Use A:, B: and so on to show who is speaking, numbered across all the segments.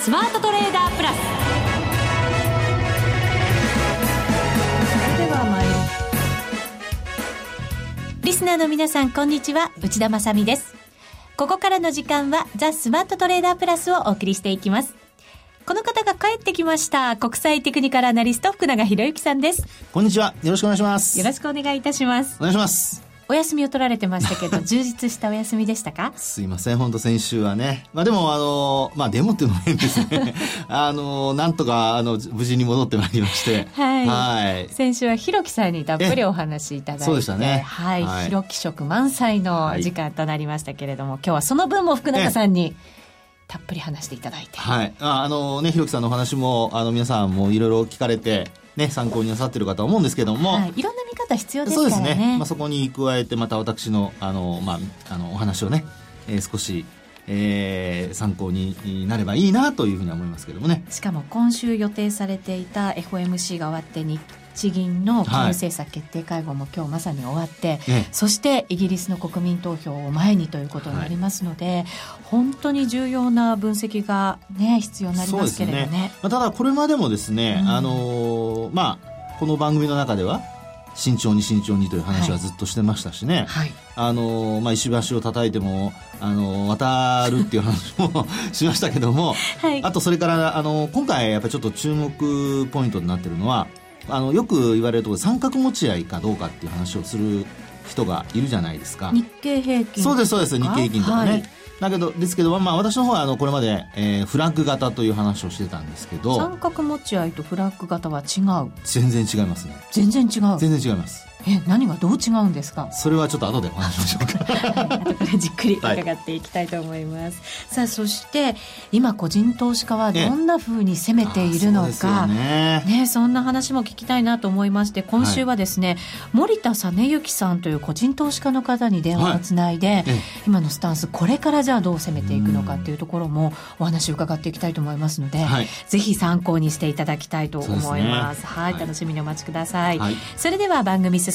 A: スマートトレーダープラスそれでは参りリスナーの皆さんこんにちは内田まさみですここからの時間はザ・スマートトレーダープラスをお送りしていきますこの方が帰ってきました国際テクニカルアナリスト福永博之さんです
B: こんにちは。よろしくお願いします。
A: よろしくお願いいたします
B: お願いします。
A: お休みを取られてましたけど充実したお休みでしたか
B: すいません、本当先週はね。まあでも、あの、まあでもっていうのも変です ね。あの、なんとか、あの、無事に戻ってまいりまして。
A: はい
B: はい。
A: 先週はひろきさんにたっぷりお話しいただいて
B: えそうでしたね
A: はい、
B: はい
A: ひろき色満載の時間となりましたけれども、今日はその分も福永さんにたっぷり話していただいて、
B: はい。ああのね、ひろきさんのお話も、あの、皆さんもいろいろ聞かれて、ね、参考になさってるかと思うんですけども、
A: はい、いろんな見方必要です
B: そう
A: か
B: で
A: ら
B: す
A: ね
B: ね。まあそこに加えて、また私の、あの、まあ、あの、お話をね、えー少し、えー参考になればいいなというふうには思いますけどもね。
A: しかも今週予定されていた FOMC が終わって日銀の金融政策決定会合も今日まさに終わって、
B: ね
A: そしてイギリスの国民投票を前にということになりますので、本当に重要な分析が、ね、必要になりますけれど
B: そうです
A: ね。
B: まあ、ただこれまでもですね、
A: うん
B: あのーまあ、この番組の中では慎重に慎重にという話はずっとしてましたしね、
A: はい
B: あのーまあ、石橋を叩いても、あのー渡るっていう話もしましたけども、
A: はい
B: あとそれから、あのー今回やっぱりちょっと注目ポイントになってるのはあのよく言われるところで三角持ち合いかどうかっていう話をする人がいるじゃないですか。
A: 日経平均
B: そうですそうです日経平均とかね、
A: はい
B: だけどですけど、まあ、私の方はあのこれまで、えーフラッグ型という話をしてたんですけど
A: 三角持ち合いとフラッグ型は違う
B: 全然違いますね
A: 全然違う
B: 全然違います
A: え何がどう違うんですか
B: それはちょっと後でお話しましょうか
A: 後からじっくり
B: はい
A: 伺っていきたいと思います、さあそして今個人投資家はどんな風に攻めているの
B: あーそうですよ
A: か、
B: ね
A: ね、そんな話も聞きたいなと思いまして今週はですね、森田実之さんという個人投資家の方に電話をつないで、
B: ええ
A: 今のスタンスこれからじゃあどう攻めていくのかっていうところもお話を伺っていきたいと思いますので、
B: はい
A: ぜひ参考にしていただきたいと思い
B: そう
A: ま
B: ですすね
A: はい、
B: はい
A: 楽しみにお待ちください、
B: はい
A: それでは番組進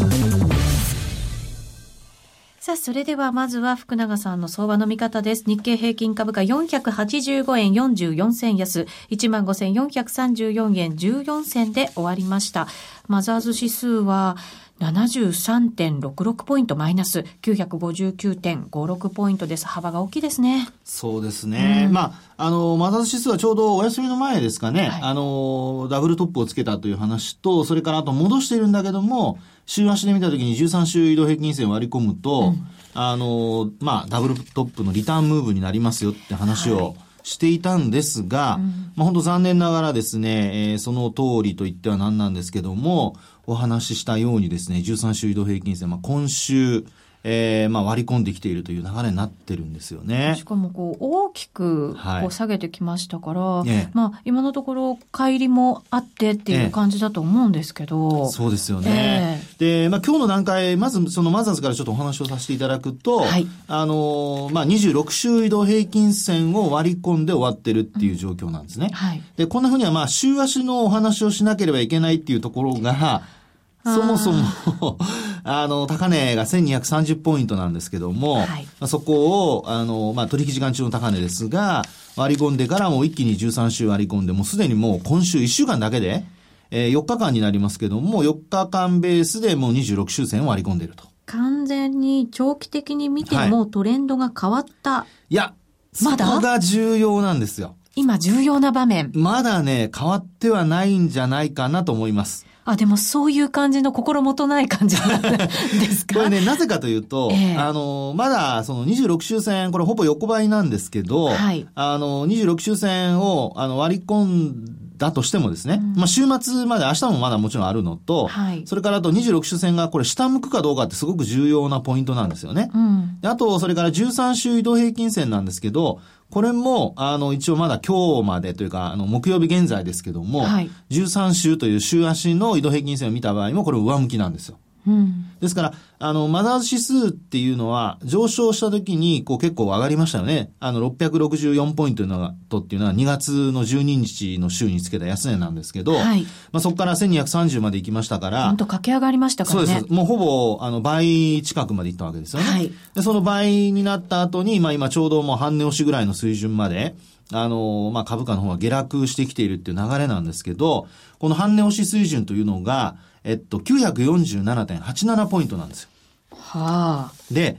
A: ンさあ、それではまずは福永さんの相場の見方です。日経平均株価485円44銭安、15,434円14銭で終わりました。マザーズ指数は73.66ポイントマイナス959.56ポイントです。幅が大きいですね。
B: そうですね、まああのマザーズ指数はちょうどお休みの前ですかね、
A: はい
B: あのダブルトップをつけたという話とそれからあと戻しているんだけども週足で見た時に13週移動平均線を割り込むと、あのまあダブルトップのリターンムーブになりますよって話を、していたんですが、まあ本当残念ながらですね、えーその通りと言ってはなんなんですけども、お話ししたようにですね、13週移動平均線、まあ今週、えーまあ割り込んできているという流れになってるんですよね。
A: しかもこう大きく
B: はい
A: こう下げてきましたから、
B: ええ
A: まあ今のところ乖離もあってってい
B: え
A: う
B: え
A: 感じだと思うんですけど。
B: そうですよね。で、まあ、今日の段階、まずそのマザーズからちょっとお話をさせていただくと、
A: はい
B: あのー、まあ、26週移動平均線を割り込んで終わってるっていう状況なんですね。
A: はい。
B: で、こんなふうには、まあ、週足のお話をしなければいけないっていうところが、そもそも、 あの、高値が1230ポイントなんですけども、
A: はい
B: まあそこを、あの、まあ、取引時間中の高値ですが、割り込んでからもう一気に13週割り込んで、もうすでにもう今週1週間だけで、えー4日間になりますけども、4日間ベースでもう26週線を割り込んでいると。
A: 完全に長期的に見て
B: はい
A: もトレンドが変わった、
B: いや、
A: まだ
B: そこが重要なんですよ。
A: 今重要な場面。
B: まだね、変わってはないんじゃないかなと思います。
A: あ、でもそういう感じの心もとない感じなんですか
B: これね、なぜかというと、
A: ええ
B: あの、まだ、その26周線、これほぼ横ばいなんですけど、
A: はい
B: あの、26周線をあの割り込んだとしてもですね、まあ、週末まで、明日もまだもちろんあるのと、
A: はい
B: それからあと26周線がこれ下向くかどうかってすごく重要なポイントなんですよね。
A: うん。
B: であと、それから13週移動平均線なんですけど、これも、あの、一応まだ今日までというか、あの、木曜日現在ですけども、
A: はい
B: 13週という週足の移動平均線を見た場合も、これ上向きなんですよ。
A: うん。
B: ですから、あの、マザーズ指数っていうのは、上昇した時に、こう結構上がりましたよね。あの、664ポイントのが、とっていうのは2月の12日の週につけた安値なんですけど、
A: はい
B: まあそこから1230まで行きましたから、
A: 本当駆け上がりましたか
B: そ
A: ら
B: う
A: ね。
B: です。もうほぼ、あの、倍近くまで行ったわけですよね。
A: はい
B: で、その倍になった後に、まあ今ちょうどもう半値押しぐらいの水準まで、あの、まあ株価の方は下落してきているっていう流れなんですけど、この半値押し水準というのが、えっと、947.87ポイントなんですよ。
A: はあ。
B: で、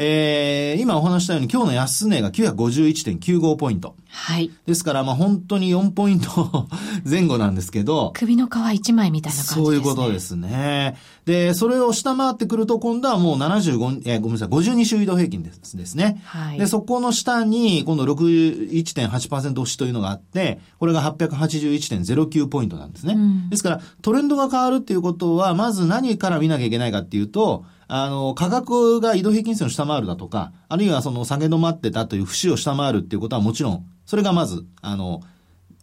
B: えー、今お話したように今日の安値が951.95ポイント。
A: はい。
B: ですから、まあ本当に4ポイント 前後なんですけど、
A: 首の皮一枚みたいな感じです、ね。
B: そういうことですね。で、それを下回ってくると、今度はもう75、えーごめんなさい、52週移動平均ですですね。
A: はい
B: で、そこの下に、今度61.8%押しというのがあって、これが881.09ポイントなんですね。
A: うん
B: ですから、トレンドが変わるっていうことは、まず何から見なきゃいけないかっていうと、あの、価格が移動平均線を下回るだとか、あるいはその下げ止まってたという節を下回るっていうことはもちろん、それがまず、あの、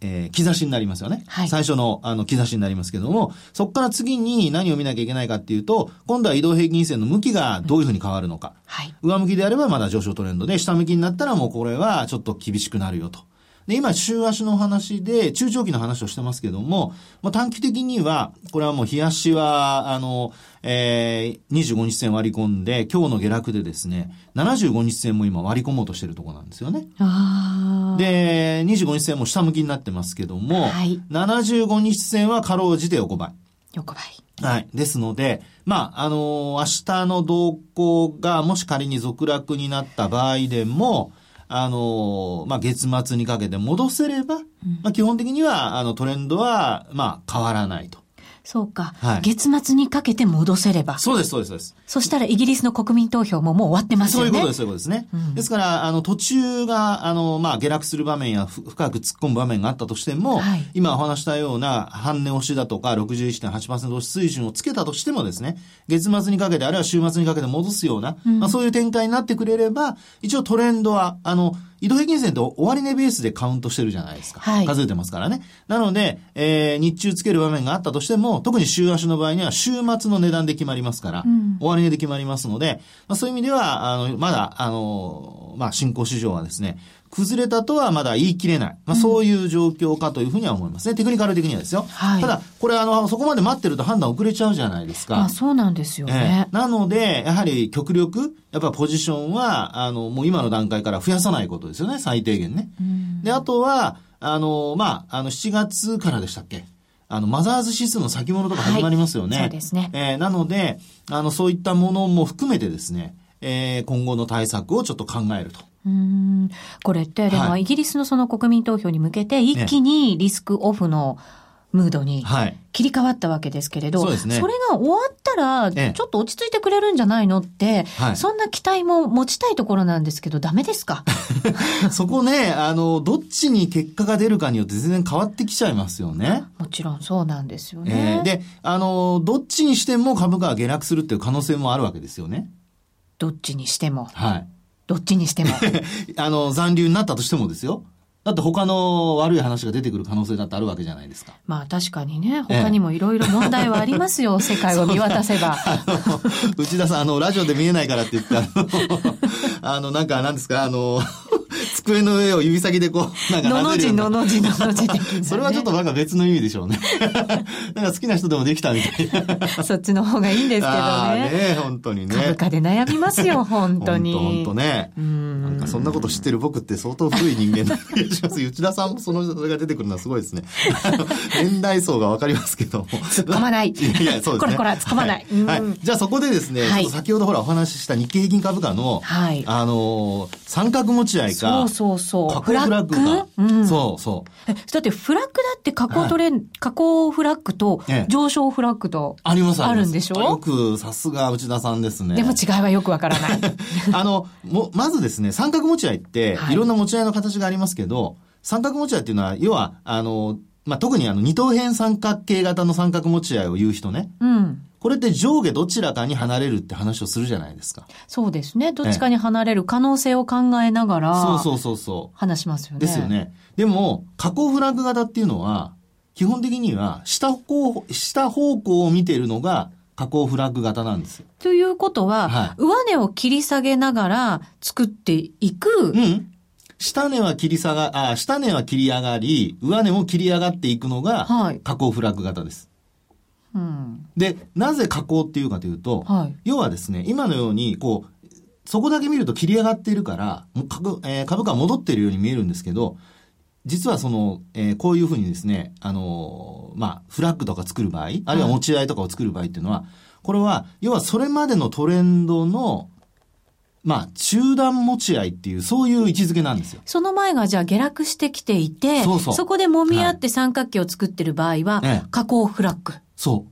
B: えー兆しになりますよね。
A: はい
B: 最初の、あの、兆しになりますけども、そこから次に何を見なきゃいけないかっていうと、今度は移動平均線の向きがどういうふうに変わるのか。
A: はい。
B: 上向きであればまだ上昇トレンドで、下向きになったらもうこれはちょっと厳しくなるよと。で、今、週足の話で、中長期の話をしてますけども、もう短期的には、これはもう日足は、あの、えー、25日線割り込んで、今日の下落でですね、75日線も今割り込もうとしてるところなんですよね。
A: ああ。
B: で、25日線も下向きになってますけども、
A: はい
B: 75日線はかろうじて横ばい。
A: 横ばい。
B: はい。ですので、まあ、あのー明日の動向が、もし仮に続落になった場合でも、あのーまあ、月末にかけて戻せれば、まあ、基本的には、あの、トレンドは、まあ、変わらないと。
A: そうか、
B: はい
A: 月末にかけて戻せれば。
B: そうです、そうです、そうです。
A: そしたらイギリスの国民投票ももう終わってます
B: そ
A: よ
B: うい
A: ね。
B: うことです、そういうことですね。
A: うん
B: ですから、あの、途中が、あの、まあ、下落する場面や、ふ深く突っ込む場面があったとしても、
A: はい
B: 今お話したような、半値押しだとか、61.8%押し水準をつけたとしてもですね、月末にかけて、あるいは週末にかけて戻すような、まあ、そういう展開になってくれれば、一応トレンドは、あの、移動平均線って終値ベースでカウントしてるじゃないですか。
A: はい
B: 数えてますからね。なので、えー日中つける場面があったとしても、特に週足の場合には、週末の値段で決まりますから、
A: ん
B: 終値で決まりますので、まあ、そういう意味では、あの、まだ、あの、まあ、新興市場はですね、崩れたとはまだ言い切れない。まあ、そういう状況かというふうには思いますね。テクニカル的にはですよ。
A: はい
B: ただ、これ、あの、そこまで待ってると判断遅れちゃうじゃないですか。
A: まあそうなんですよね
B: ええ。なので、やはり極力、やっぱポジションは、あの、もう今の段階から増やさないことですよね、最低限ね。で、あとは、あの、まあ、あの、7月からでしたっけあの、マザーズ指数の先物とか始まりますよね。
A: はいそうですね
B: ええなので、あの、そういったものも含めてですね、ええ今後の対策をちょっと考えると。
A: うーんこれって、でも
B: はい
A: イギリスのその国民投票に向けて、一気にリスクオフのムードに
B: はい。
A: 切り替わったわけですけれど、
B: そうですね
A: れが終わった
B: え
A: ら、
B: え
A: ちょっと落ち着いてくれるんじゃないのって、
B: はい
A: そんな期待も持ちたいところなんですけど、ダメです か
B: そこね、あの、どっちに結果が出るかによって全然変わってきちゃいますよね。
A: もちろんそうなんですよ
B: え
A: ね。
B: えで、あの、どっちにしても株価が下落するっていう可能性もあるわけですよね。
A: どっちにしても、
B: はい。
A: どっちにしても。
B: あの、残留になったとしてもですよ。だって他の悪い話が出てくる可能性だってあるわけじゃないですか。
A: まあ確かにね、
B: ええ
A: 他にもいろいろ問題はありますよ、世界を見渡せば。
B: あの、 内田さん、あの、ラジオで見えないからって言って、あの、あのなんか、なんですか、あの、机の上を指先でこう、なんか
A: の
B: な
A: の
B: でるよ
A: 字、
B: うな
A: のの字、のの字的な、ね。
B: それはちょっとなんか別の意味でしょ うね。なんか好きな人でもできたみたいな。
A: そっちの方がいいんですけど
B: あー
A: ね。
B: ね本当にね。
A: 株価で悩みます よ、本当に。
B: 本当ね。
A: ん
B: なんかそんなこと知ってる僕って相当古い人間な気がします。内田さんもその人が出てくるのはすご いですね。年代層がわかりますけども。突
A: っ込まない
B: いや いや、そうですね。
A: こらこら突っ込まない
B: は
A: うん
B: はい。じゃあそこでですね、
A: はい
B: ちょっと先ほどほらお話しした日経平均株価の、
A: はい
B: あのー三角持ち合い
A: そ
B: か、
A: うそうそう。
B: 加工フラッグが、
A: うん、
B: そうそう。
A: えだってフラッグだって加工トレン、加工フラッグと
B: ええ
A: 上昇フラッグと。
B: あります
A: あ
B: り
A: る
B: ます
A: んでしょ
B: よく、さすが内田さんですね。
A: でも違いはよくわからない。
B: あの、も、まずですね、三角持ち合いって
A: は、い
B: いろんな持ち合いの形がありますけど、三角持ち合いっていうのは、要は、あの、まあ、特にあの、二等辺三角形型の三角持ち合いを言う人ね。
A: うん。
B: これって上下どちらかに離れるって話をするじゃないですか。
A: そうですね。どっちかに離れる可能性を考えなが
B: そう
A: ら、
B: そうそうそ
A: 話しますよ
B: う。
A: ね。
B: ですよ。ね。でも、加工フラッグ型っていうのは、基本的には、下方、下方向を見ているのが、加工フラッグ型なんです。
A: ということは、
B: は
A: 上値を切り下げながら作っていく、
B: うん。下値は切り下が、あ、下値は切り上がり、上値も切り上がっていくのが
A: はい、
B: 加工フラッグ型です。
A: うん。
B: で、なぜ加工っていうかというと、
A: はい
B: 要はですね、今のように、こう、そこだけ見ると切り上がっているから、もう株えー株価は戻っているように見えるんですけど、実はその、えーこういうふうにですね、あのーまあ、フラッグとか作る場合、あるいは持ち合いとかを作る場合っていうのは、これは、要はそれまでのトレンドの、まあ、中断持ち合いっていう、そういう位置づけなんですよ。
A: その前がじゃあ下落してきていて、
B: そうそう
A: こで揉み合って三角形を作ってる場合は、
B: ええ
A: 加工フラッグ。
B: そ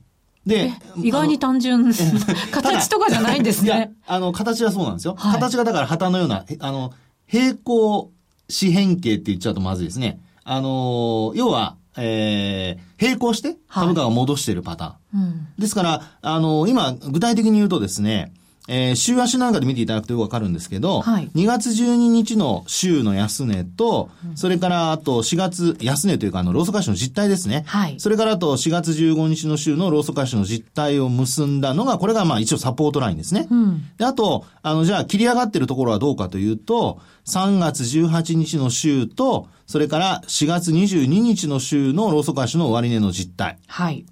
B: う。で、
A: 意外に単純。 形とかじゃないんです
B: いや
A: ね。、
B: あの、形はそうなんですよ。
A: はい
B: 形がだから旗のような、へあの、平行四辺形って言っちゃうとまずいですね。あのー、要は、えー、平行して
A: はい
B: 株価が戻しているパターン。
A: うん。
B: ですから、あのー、今、具体的に言うとですね、えー、週足なんかで見ていただくとよくわかるんですけど、
A: はい
B: 2月12日の週の安値と、それからあと4月、安値というかあの、ローソク足の実態ですね。
A: はい
B: それからあと4月15日の週のローソク足の実態を結んだのが、これがまあ一応サポートラインですね。
A: うん。
B: で、あと、あの、じゃあ、切り上がってるところはどうかというと、3月18日の週と、それから4月22日の週のローソク足の終値の実態、
A: はい。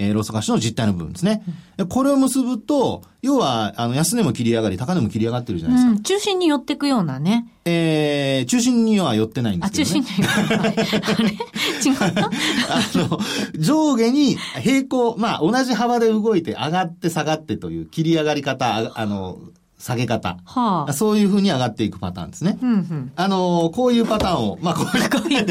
B: えー、ローソク足の実態の部分ですね。でこれを結ぶと、要は、あの、安値も切り上がり、高値も切り上がってるじゃな
A: う
B: いですか。
A: ん。中心に寄ってくようなね。
B: えー、中心には寄ってないんで
A: あ、
B: すけ
A: 中心
B: どね
A: に。寄ってない。あれ違った
B: あの、上下に平行、まあ、同じ幅で動いて、上がって下がってという、切り上がり方、ああの、下げ方。
A: はあ。
B: そういう風に上がっていくパターンですね。
A: うんうん。
B: あのーこういうパターンを、まあ、こういう、こういう、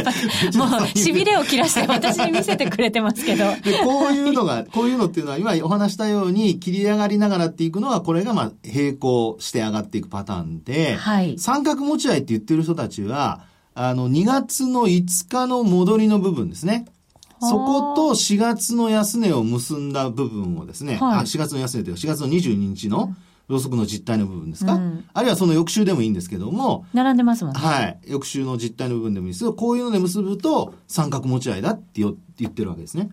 A: もう、痺れを切ら して私に見せてくれてますけど。
B: で、こういうのが、こういうのっていうのは、今お話したように、切り上がりながらっていくのは、これが、まあ、並行して上がっていくパターンで、
A: はい
B: 三角持ち合いって言ってる人たちは、あの、2月の5日の戻りの部分ですね。
A: はあ
B: そこと4月の安値を結んだ部分をですね、
A: はい
B: あ4月の安値というか4月の22日のろうそくの実態の部分ですか、
A: うん
B: あるいはその翌週でもいいんですけども、
A: 並んでますもんね。
B: はい。翌週の実態の部分でもいいですけど、こういうので結ぶと三角持ち合いだってよ言ってるわけですね。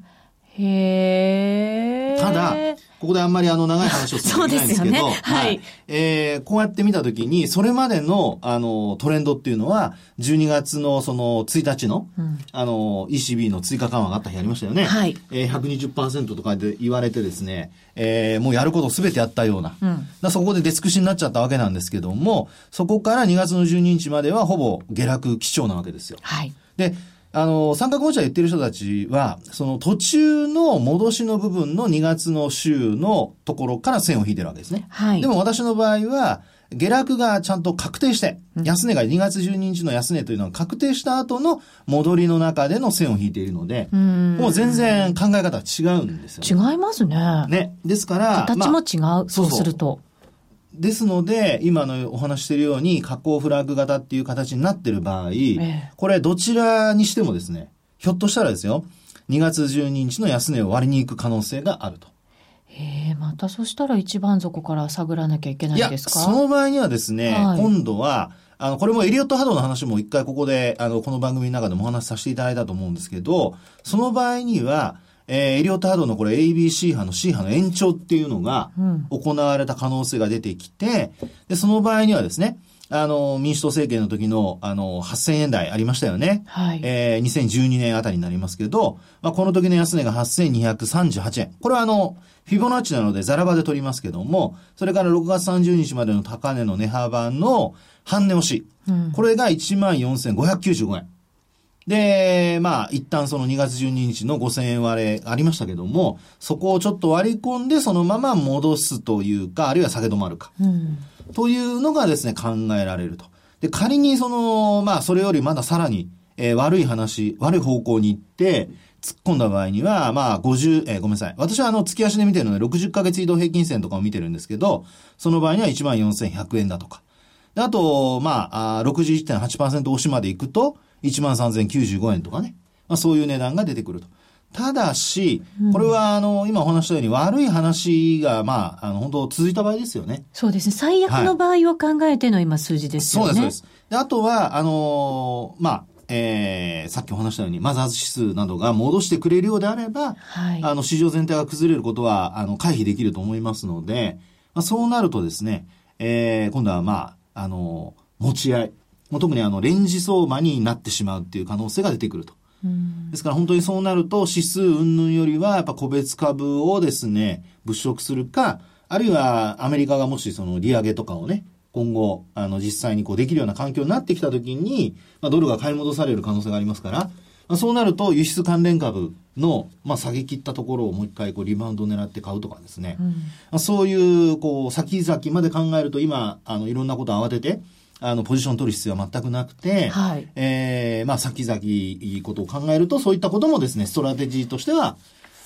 A: へえ。
B: ただ、ここであんまりあの長い話をするわけじゃないんですけど、
A: そうですよねはい
B: えーこうやって見たときに、それまでの、あの、トレンドっていうのは、12月のその1日の、
A: うん
B: あの、ECB の追加緩和があった日ありましたよね。
A: はい
B: えー、120%とかで言われてですね、えーもうやることすべてやったような。
A: うん
B: だからそこで出尽くしになっちゃったわけなんですけども、そこから2月の12日まではほぼ下落基調なわけですよ。
A: はい。
B: で、あの、三角持ち合い言ってる人たちは、その途中の戻しの部分の2月の週のところから線を引いてるわけですね。
A: はい
B: でも私の場合は、下落がちゃんと確定して、安値が2月12日の安値というのは確定した後の戻りの中での線を引いているので、
A: うん。
B: もう全然考え方は違うんですよね。
A: 違いますね。
B: ね。ですから、
A: 形
B: まあ
A: も違う。
B: そう
A: そ
B: そう
A: うすると。
B: ですので、今のお話ししているように、加工フラッグ型っていう形になってる場合、
A: え
B: これどちらにしてもですね、ひょっとしたらですよ、2月12日の安値を割りに行く可能性があると。
A: ええ、またそしたら一番底から探らなきゃいけ
B: い
A: ないん
B: や、
A: ですか
B: その場合にはですね、
A: はい
B: 今度は、あの、これもエリオット波動の話も一回ここで、あの、この番組の中でもお話しさせていただいたと思うんですけど、その場合には、えーエリオット波動のこれ ABC 波の C 波の延長っていうのが
A: うん
B: 行われた可能性が出てきて、で、その場合にはですね、あの、民主党政権の時の、あの、8000円台ありましたよね。
A: はい
B: えー2012年あたりになりますけど、まあ、この時の安値が8238円。これはあの、フィボナッチなのでザラバで取りますけども、それから6月30日までの高値の値幅の半値押し。
A: うん
B: これが14,595円。で、まあ、一旦その2月12日の5000円割れありましたけども、そこをちょっと割り込んでそのまま戻すというか、あるいは下げ止まるか。
A: うん。
B: というのがですね、考えられると。で、仮にその、まあ、それよりまださらに、えー悪い話、悪い方向に行って、突っ込んだ場合には、まあ、50、えーごめんなさい。私はあの、月足で見てるので、60ヶ月移動平均線とかを見てるんですけど、その場合には14,100円だとか。で、あと、まあ、あー61.8%押しまで行くと、13,095円とかね。まあ、そういう値段が出てくると。ただし、これはあの、今お話したように悪い話が、まあ、あの、本当続いた場合ですよね。
A: そうですね。最悪の場合を考えての今数字ですよ
B: そう
A: ね。
B: です、そうです。であとは、あのーまあ、ええー、さっきお話したように、マザーズ指数などが戻してくれるようであれば、
A: はい
B: あの、市場全体が崩れることは、あの、回避できると思いますので、まあ、そうなるとですね、えー、今度はまあ、あの、持ち合い、もう特にあの、レンジ相場になってしまうっていう可能性が出てくると。
A: うん
B: ですから本当にそうなると指数云々よりはやっぱ個別株をですね、物色するか、あるいはアメリカがもしその利上げとかをね、今後、あの実際にこうできるような環境になってきたときに、まあ、ドルが買い戻される可能性がありますから、まあ、そうなると輸出関連株の、まあ、下げ切ったところをもう一回こうリバウンドを狙って買うとかですね、まあそういう、こう、先々まで考えると今、あの、いろんなことを慌てて、あの、ポジション取る必要は全くなくて、
A: はい
B: えーまあ、先々いいことを考えると、そういったこともですね、ストラテジーとしては、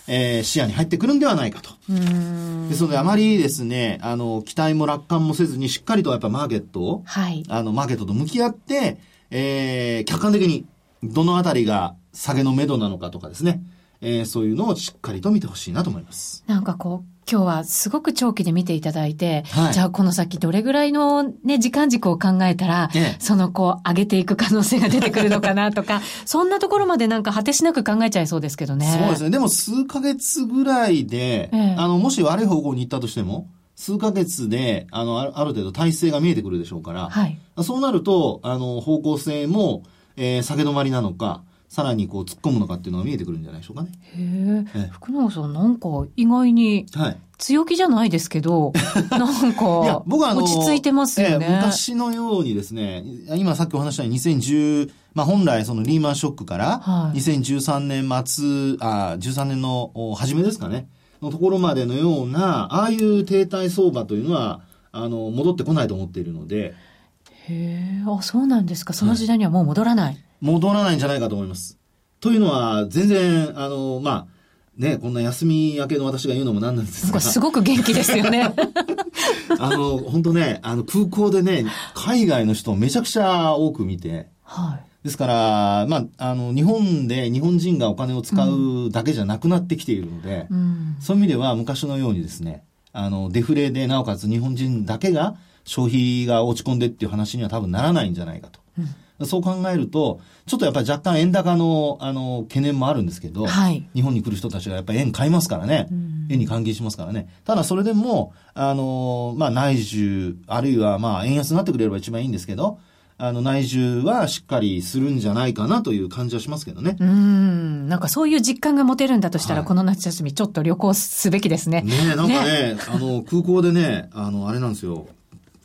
B: えー視野に入ってくるんではないかと。ですので、あまりですね、あの、期待も楽観もせずに、しっかりとやっぱマーケットを、
A: はい。
B: あの、マーケットと向き合って、えー客観的に、どのあたりが下げの目処なのかとかですね、えーそういうのをしっかりと見てほしいなと思います。
A: なんかこう、今日はすごく長期で見ていただいて、
B: はい
A: じゃあこの先どれぐらいのね、時間軸を考えたら、
B: ええ
A: そのこう、上げていく可能性が出てくるのかなと か、そんなところまでなんか果てしなく考えちゃいそうですけどね。
B: そうです
A: ね。
B: ね。でも数ヶ月ぐらい
A: え
B: で、
A: え
B: あの、もし悪い方向に行ったとしても、数ヶ月で、あの、あるある程度体制が見えてくるでしょうから、
A: はい。
B: そうなると、あの、方向性も、えー下げ止まりなのか、さらにこう突っ込むのかっていうのが見えてくるんじゃないでしょうかね。
A: へえ
B: ええ
A: 福永さんなんか意外に
B: はい。
A: 強気じゃないですけ ど、なん
B: いや
A: か、、
B: 僕はあの、
A: 落ち着いてますよね。
B: ええ昔のようにですね、今さっきお話ししたように2010、まあ本来そのリーマンショックから、
A: はい
B: 2013年末、あ13年のお初めですかね、のところまでのような、ああいう停滞相場というのは、あの、戻ってこないと思っているので、
A: へえあ、そうなんですか。その時代にはもう戻ら ない。
B: 戻らないんじゃないかと思います。というのは、全然、あの、まあ、ね、こんな休み明けの私が言うのもなんなんで
A: な
B: す
A: んか
B: が、
A: すごく元気ですよ ね。
B: あの、本当ね、あの、空港でね、海外の人をめちゃくちゃ多く見て、
A: はい。
B: ですから、まあ、あの、日本で日本人がお金を使うだけじゃなくなってきているので、
A: うん。
B: そういう意味では昔のようにですね、あの、デフレで、なおかつ日本人だけが消費が落ち込んでっていう話には多分ならないんじゃないかと。そう考えると、ちょっとやっぱり若干円高の、あの、懸念もあるんですけど、
A: はい
B: 日本に来る人たちがやっぱり円買いますからね、円に換金しますからね。ただそれでも、あの、まあ、内需、あるいはまあ、円安になってくれれば一番いいんですけど、あの、内需はしっかりするんじゃないかなという感じはしますけどね。
A: うーん、なんかそういう実感が持てるんだとしたら、
B: はい
A: この夏休みちょっと旅行すべきですね。
B: ねえ、なんかね、あの、空港でね、あの、あれなんですよ。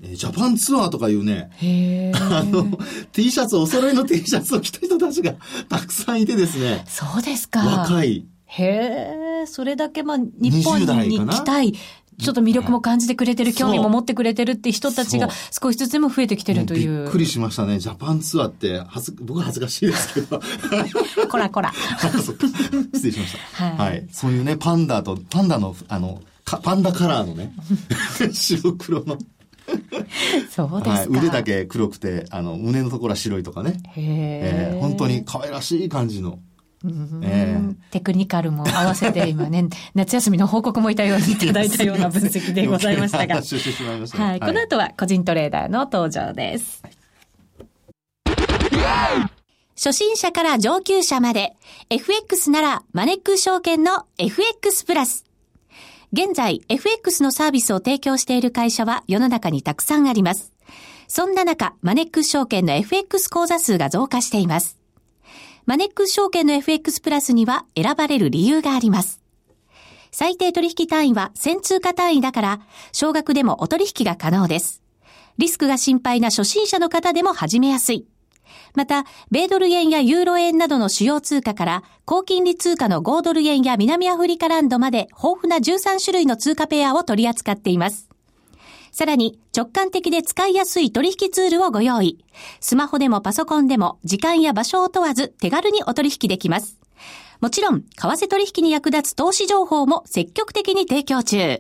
B: えージャパンツアーとかいうね、
A: へえ。
B: あの、T シャツ、お揃いの T シャツを着た人たちがたくさんいてですね、
A: そうですか。
B: 若い。
A: へえ、それだけまあ日本
B: 20代
A: に
B: かな
A: 来たい。ちょっと魅力も感じてくれてる、
B: そう
A: 興味も持ってくれてるって人たちが
B: そ
A: 少しずつでも増えてきてるとい
B: びっ
A: う
B: く。りしましたね。ジャパンツアーって、はず、僕は恥ずかしいですけど。
A: こらこ ら。
B: そっか失礼しました。
A: は
B: はいい、そういうね、パンダと、パンダの、あの、かパンダカラー のね、白黒の、
A: そうで
B: はい
A: すか。
B: 腕だ。け黒くて、あの、胸のところは白いとかね。
A: へ
B: え
A: え
B: ー。本当に。可愛らしい感じの。え
A: うんテクニカルも合わせて今ね、 夏休みの報告もいたようにいただいたような分析でございま したが。
B: 余計な話をしてしまいましたね
A: はい、この後は個人トレーダーの登場です。初心者から上級者まで、FX ならマネックス証券の FX プラス。現在、FX のサービスを提供している会社は世の中にたくさんあります。そんな中、マネックス証券の FX 口座数が増加しています。マネックス証券の FX プラスには選ばれる理由があります。最低取引単位は1000通貨単位だから、少額でもお取引が可能です。リスクが心配な初心者の方でも始めやすい。また、米ドル円やユーロ円などの主要通貨から、高金利通貨の5ドル円や南アフリカランドまで豊富な13種類の通貨ペアを取り扱っています。さらに、直感的で使いやすい取引ツールをご用意。スマホでもパソコンでも、時間や場所を問わず、手軽にお取引できます。もちろん、為替取引に役立つ投資情報も積極的に提供中。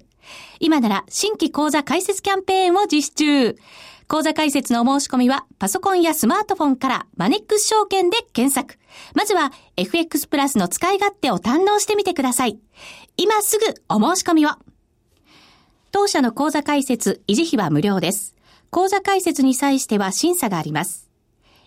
A: 今なら新規講座開設キャンペーンを実施中。講座開設のお申し込みは、パソコンやスマートフォンからマネックス証券で検索。まずは、FX プラスの使い勝手を堪能してみてください。今すぐお申し込みを。当社の講座開設、維持費は無料です。講座開設に際しては審査があります。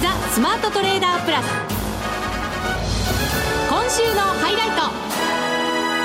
A: ザ・スマートトレーダープラス今週のハイライト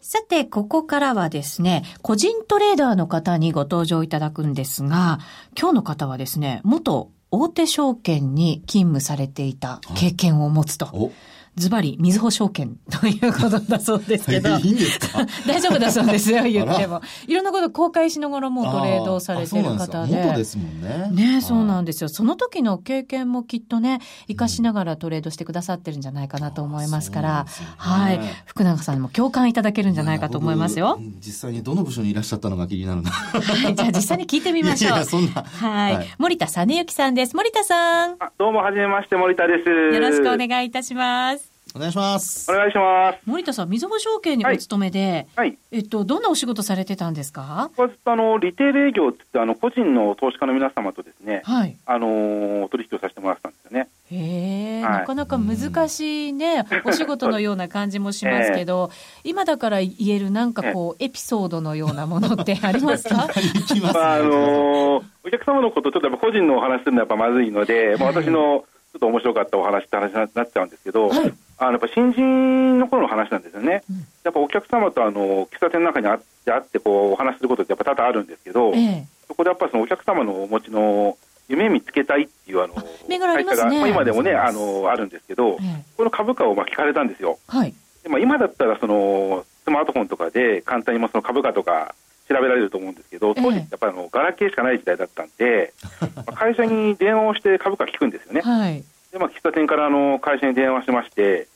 A: さて、ここからはですね、個人トレーダーの方にご登場いただくんですが、今日の方はですね、元大手証券に勤務されていた経験を持つと
B: お。
A: ズバリ、みずほ証券ということだそうです けど。
B: いいんです か
A: 大丈夫だそうですよ、言って
B: あ
A: も。いろんなこと公開しながらもうトレードをされてる
B: あそう
A: 方
B: なん
A: で。
B: すか元ですもんね。
A: ねそうなんんですよ。その時の経験もきっとね、活かしながらトレードしてくださってるんじゃないかなと思いますから、
B: あそうなん
A: は
B: です
A: い
B: ね。
A: 福永さんにも共感いただけるんじゃないかと思いますよ。
B: 僕。実際にどの部署にいらっしゃったのが気になるな。
A: はい。じゃあ実際に聞いてみましょう。
B: いやいやそんな
A: はい。
B: はい
A: 森田実之さんです。森田さん。
C: あどうも、はじめまして、森田です。
A: よろしくお
C: い
A: 願いいたします。
B: お願いします
C: お。願いします。
A: 森田さん、みずほ証券に
C: は
A: お
C: い
A: 勤めで、
C: はい。
A: えっと、どんなお仕事されてたんですか
C: これはずっとあの、リテール営業って言って、あの、個人の投資家の皆様とですね、
A: はい。
C: あのー取引をさせてもらってたんですよね。
A: へえ、
C: はい
A: なかなか難しい ね、お仕事のような感じもしますけど、今だから言えるなんかこう、エピソードのようなものってあります か
B: 行きますね。
C: まあ、あのーお客様のこと、ちょっとやっぱ個人のお話するのはやっぱまずいので、ま
A: は
C: あ、
A: い
C: 私のちょっと面白かったお話って話になっちゃうんですけど、
A: はい
C: あの、やっぱ新人の頃の話なんですよね。
A: うん
C: やっぱお客様とあの、喫茶店の中にあって、あってこう、お話することってやっぱ多々あるんですけど、
A: ええ。
C: そこでやっぱそのお客様のお持ちの夢見つけたいっていうあの
A: 銘柄ありますね
C: 会社が今でもね
B: あ
C: あ
B: ります
C: のあるんですけど
A: え、え
C: この株価をまあ聞かれたんですよ。
A: はい。
C: でまあ、今だったらそのスマートフォンとかで簡単にまあその株価とか調べられると思うんですけど、当時
A: ええ
C: やっぱりあのガラケーしかない時代だったん で、まあ会社に電話をして株価聞くんですよね。
A: はい。
C: でまあ喫茶店からあの会社に電話しまして、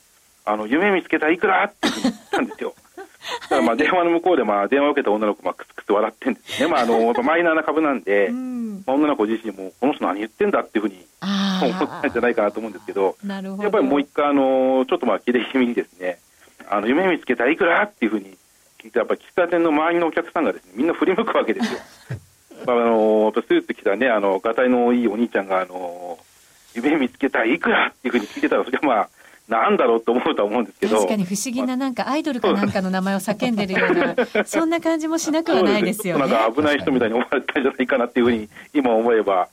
C: あの夢見つけたいくらって言ったんで すよ。だからまあ電話の向こうでまあ電話を受けた女の子まあクスクス笑ってんですよね。まああのやっぱマイナーな株なんで。
A: うん。
C: まあ女の子自身もこの人何言ってんだっていうふうに
A: あ
C: 思ったんじゃ
A: あ。
C: ないかなと思うんですけど、
A: なるほど。
C: やっぱりもう一回、あのちょっとまあ切れ気味にですね、あの夢見つけたいくらっていうふうに聞いて、やっぱり喫茶店の周りのお客さんがですねみんな振り向くわけ ですよ。まあ、あのやっぱスーツ着たね、あのがたいのいいお兄ちゃんが、あの夢見つけたいくらっていうふうに聞いてたら、それはまあ、なんだろうと思うとは思うんですけど、
A: 確かに不思議ななんかアイドルかなんかの名前を叫んでるよう な、そんな感じもしなくはないですよ
C: そう
A: ね
C: ね。ちょっとなんか危ない人みたいに思われたんじゃないかなっていうふうに、今思えば、
A: はい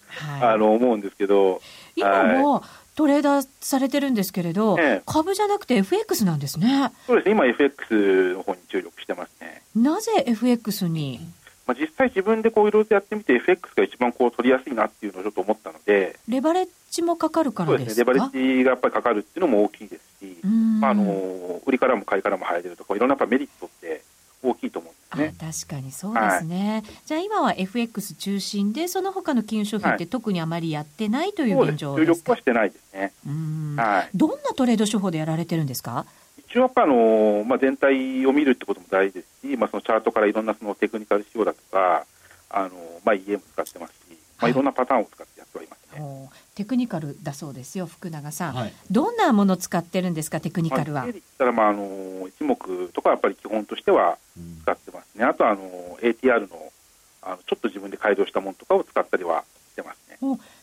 C: あの思うんですけど。
A: 今もトレーダーされてるんですけれど
C: ええ、
A: 株じゃなくて FX なんですね。
C: そうですね、今 FX の方に注力してますね。
A: なぜ FX に
C: まあ、実際自分でこういろいろとやってみて FX が一番こう取りやすいなっていうのをちょっと思ったので、
A: レバレッジもかかるか
C: そ
A: ら
C: う
A: で
C: ですすね、レ
A: か
C: バレッジがやっぱりかかるっていうのも大きいですし、
A: うん
C: まあ、あの、売りからも買いからも入れるとか、いろんなやっぱメリットって大きいと思うんですね。
A: あ確かにそうですね、じゃあ今は FX 中心でその他の金融商品って特にあまりやってないとい
C: そううで
A: 現
C: す。
A: 状
C: 注
A: です
C: 力
A: か、
C: はしてないですね。
A: うん
C: はい。
A: どんなトレード手法でやられてるんですか
C: 一応やっぱあの、まあ、全体を見るってことも大事ですし、まあ、そのチャートからいろんなそのテクニカル指標だとか、あの、まあ、EM 使ってますし、ま
A: は
C: あ、
A: い
C: いろんなパターンを使ってやってはいますね。
A: おテクニカルだそうですよ福永さん、
B: はい。
A: どんなものを使ってるんですかテクニカル
C: まあ
A: は
C: 整理したら、まあ、あの一目とかやっぱり基本としては
B: うん
C: 使ってますね、あとはあの ATR のあのちょっと自分で改良したものとかを使ったりはしてますね。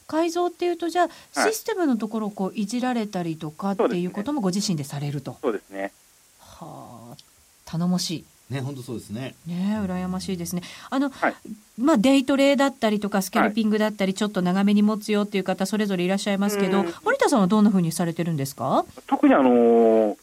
A: 改造っていうとじゃあ
C: はい
A: システムのところをこういじられたりとかって
C: そうです
A: い
C: ね
A: うこともご自身でされると、
C: そうですね
A: はあ頼もしい
B: ね、本当そうですね。
A: ねえ羨ましいですね。あの、
C: はい
A: まあデイトレだったりとかスキャルピングだったりちょっと長めに持つよっていう方それぞれいらっしゃいますけど、
C: うん
A: 森田さんはどんな風にされてるんですか？
C: 特にあの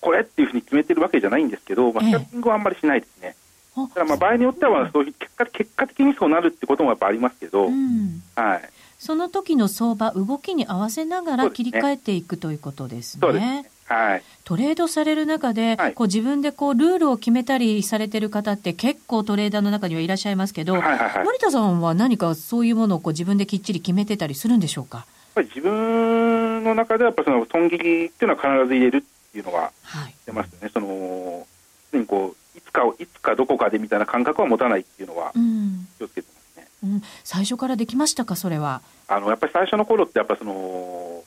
C: これっていうふうに決めてるわけじゃないんですけど、まあ、
A: ええ
C: スキャッピングはあんまりしないですね、
A: あ
C: ただまあ場合によってはそういう結果、結果的にそうなるってこともやっぱありますけど、
A: うん、
C: はい、
A: その時の相場動きに合わせながら
C: そうです
A: 切
C: ね
A: り替えていくということです
C: そうです
A: ね。
C: ね、はい、
A: トレードされる中で、
C: はい
A: こう自分でこうルールを決めたりされてる方って結構トレーダーの中にはいらっしゃいますけど、
C: はいはいはい、やっ
A: 森田さんは何かそういうものをこう自分できっちり決めてたりするんでしょうか？
C: ぱり自分の中ではやっぱその損切りっていうのは必ず入れるっていうのは
A: はい。
C: 出ますよね、その常にこういつかをいつかどこかでみたいな感覚は持たないっていうのは
A: うん
C: 気をつけてますね。
A: うん、最初からできましたかそれは。
C: あのやっぱり最初の頃ってやっぱその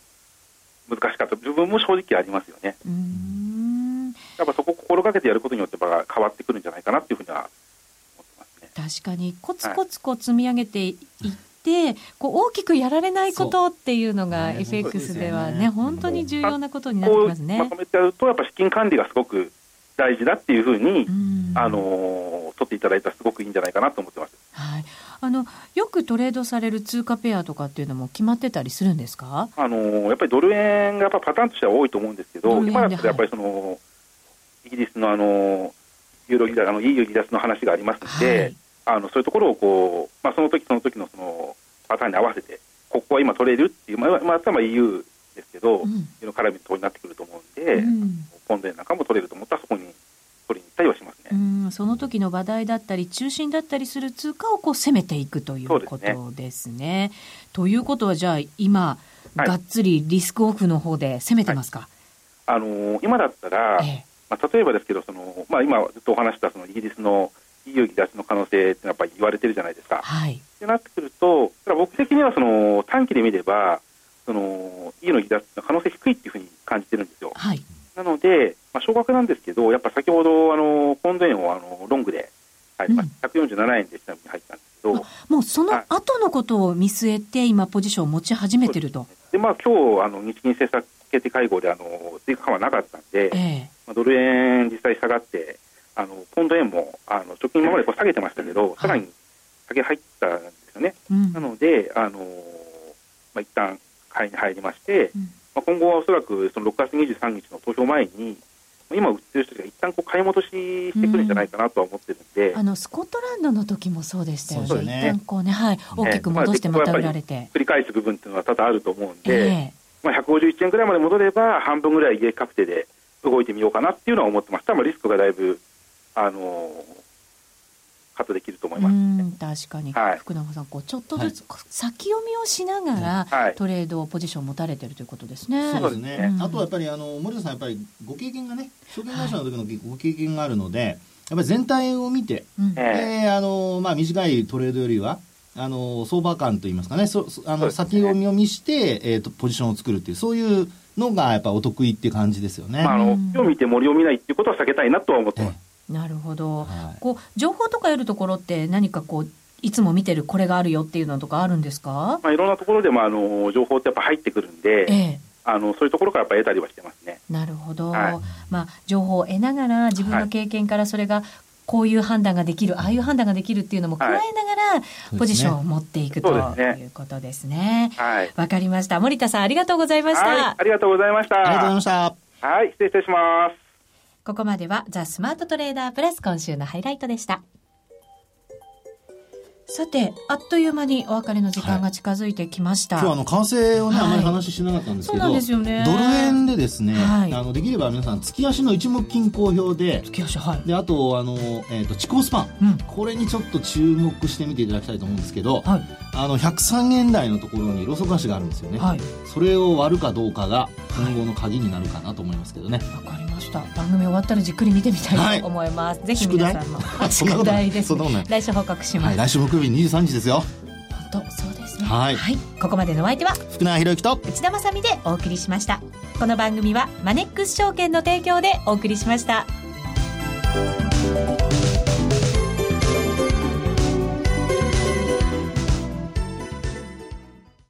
C: 難しかった部分も正直ありますよね。
A: うーん
C: やっぱそこを心がけてやることによってやっぱ変わってくるんじゃないかなっていうふうには思ってますね。
A: 確かにコツコツこう積み上げていって、こう大きくやられないことっていうのが
B: そうね
A: FX ではね
B: 本
A: 本当
B: 当
A: に
B: に
A: 重
C: よ
A: 要
C: ね
A: なことになってき
C: こ
A: ます
C: うま
A: ね
C: と。めてやるとやっぱ資金管理がすごく大事だっていうふうに、
A: うん
C: あの取っていただいたらすごくいいんじゃないかなと思ってます。
A: はい、あのよくトレードされる通貨ペアとかっていうのも決まってたりするんですか、
C: あのやっぱりドル円がやっぱパターンとしては多いと思うんですけ
A: ド
C: ど、
A: ル円で
C: 今だったらやっぱりその、イギリスのあのユーロ離脱あの EU 離脱の話がありますので、
A: はい
C: あのそういうところをこう、まあ、その時その時のそのパターンに合わせて、ここは今取れるっていう、まあ、まあ、まあ EU ですけど、
A: うん
C: EU の絡みのところになってくると思うんで、
A: うん
C: ポンド円なんかも取れると思ったら、そこに取りに行ったりはします
A: う
C: ね。
A: ん、その時の話題だったり中心だったりする通貨をこう攻めていくという
C: そう
A: こ
C: ですね
A: とですね。ということはじゃあ今、
C: はい
A: がっつりリスクオフの方で攻めてますか、
C: あの今だったら、
A: ええ
C: まあ、例えばですけど、そのまあ、今ずっとお話したそのイギリスの EU 離脱の可能性ってやっぱり言われてるじゃないですか。
A: はい
C: ってなってくると、ただ僕的にはその短期で見れば、その EU の離脱の可能性低いっていうふうに感じてるんですよ。
A: はい
C: なので、まあ、少額なんですけど、やっぱ先ほど、あのポンド円をあのロングで入りました、147円でちなみに入ったんですけど、
A: あもうその後のことを見据えて今ポジションを持ち始めてると。
C: でまあ今日あの日銀政策決定会合であの追加緩和なかったんで、
A: ええ
C: まあ、ドル円、実際下がって、あのポンド円もあの直近、今までこう下げてましたけど、さらに下げ入ったんですよね。
A: うん
C: なので、あのまあ、一旦買いに入りまして、
A: うん
C: まあ、今後はおそらくその6月23日の投票前に、まあ今売ってる人たちが一旦こう買い戻ししてくるんじゃないかなとは思ってるんで、
A: あのスコットランドの時もそうでしたよ
B: そ
A: ね。
B: うですね
A: 一旦こうね、はい、大きく戻してまた売られて。
C: 繰り返す部分っていうのは多々あると思うんで、
A: ええ
C: まあ、151円ぐらいまで戻れば、半分ぐらい利益確定で動いてみようかなっていうのは思ってます。多分リスクがだいぶ、あのカットできると思います。
A: うん確かに、
C: はい
A: 福永さんこうちょっとずつこう先読みをしながら、
C: はい
A: トレードをポジションを持たれてるということですね。
B: そうですね、
A: うん
B: あとはやっぱりあの森田さん、やっぱりご経験がね、証券会社の時のご経験があるので、やっぱり全体を見て、
A: うん
C: ええ
B: であのまあ、短いトレードよりは、あの相場感といいますかね、そそあ
C: そう
B: の
C: ですね
B: 先読みを見して、えーと、ポジションを作るっていう、そういうのがやっぱお得意っていう感じですよね。
C: まあ、あ
A: う
C: の
A: ん
C: 今日見て森を見ないっていうことは避けたいなとは思って
B: え
C: ます。
A: なるほど、
B: はい
A: こう情報とか得るところって何かこういつも見てるこれがあるよっていうのとかあるんですか？
C: まあ、いろんなところで、まあ、あの情報ってやっぱ入ってくるんで、
A: ええ
C: あのそういうところからやっぱ得たりはしてますね。
A: なるほど、
C: はい
A: まあ情報を得ながら自分の経験からそれがこういう判断ができる、ああいう判断ができるっていうのも加えなが
B: い
A: らポジションを持っていくと
C: そうですね
A: いうことですね。
C: はい。
A: わかりました。森田さんありがとうございました。
C: はい、ありがとうございまし
B: ありがとうござい
C: た
B: ま。した。
C: はい、失礼いたします。
A: ここまではザ・スマートトレーダープラス今週のハイライトでした。さて、あっという間にお別れの時間が近づいてきました。
B: 今日あの為替をね、
A: はい
B: あまり話しなかったんですけど
A: そうなんですよね
B: ドル円でですね、
A: はい
B: あのできれば皆さん月足の一目均衡表で
A: 月足はい。
B: であとあの、えー、と地高スパン、
A: うん
B: これにちょっと注目してみていただきたいと思うんですけど、
A: はい。
B: あの103円台のところにロソク足があるんですよね、
A: はい。
B: それを割るかどうかが今後の鍵になるかなと思いますけどね、
A: わかりました。番組終わったらじっくり見てみた
B: はいい
A: と思います。ぜひ皆さんも。
B: 宿題
A: 宿題です、
B: そんなことな
A: ね
B: い。
A: 来週報告し
B: は
A: ま
B: い、
A: す。
B: 来週木曜日23時ですよ
A: 本当、そうですね。
B: はい
A: ここまでのお相手は、
B: 福永博之と
A: 内田まさみでお送りしました。この番組は、マネックス証券の提供でお送りしました。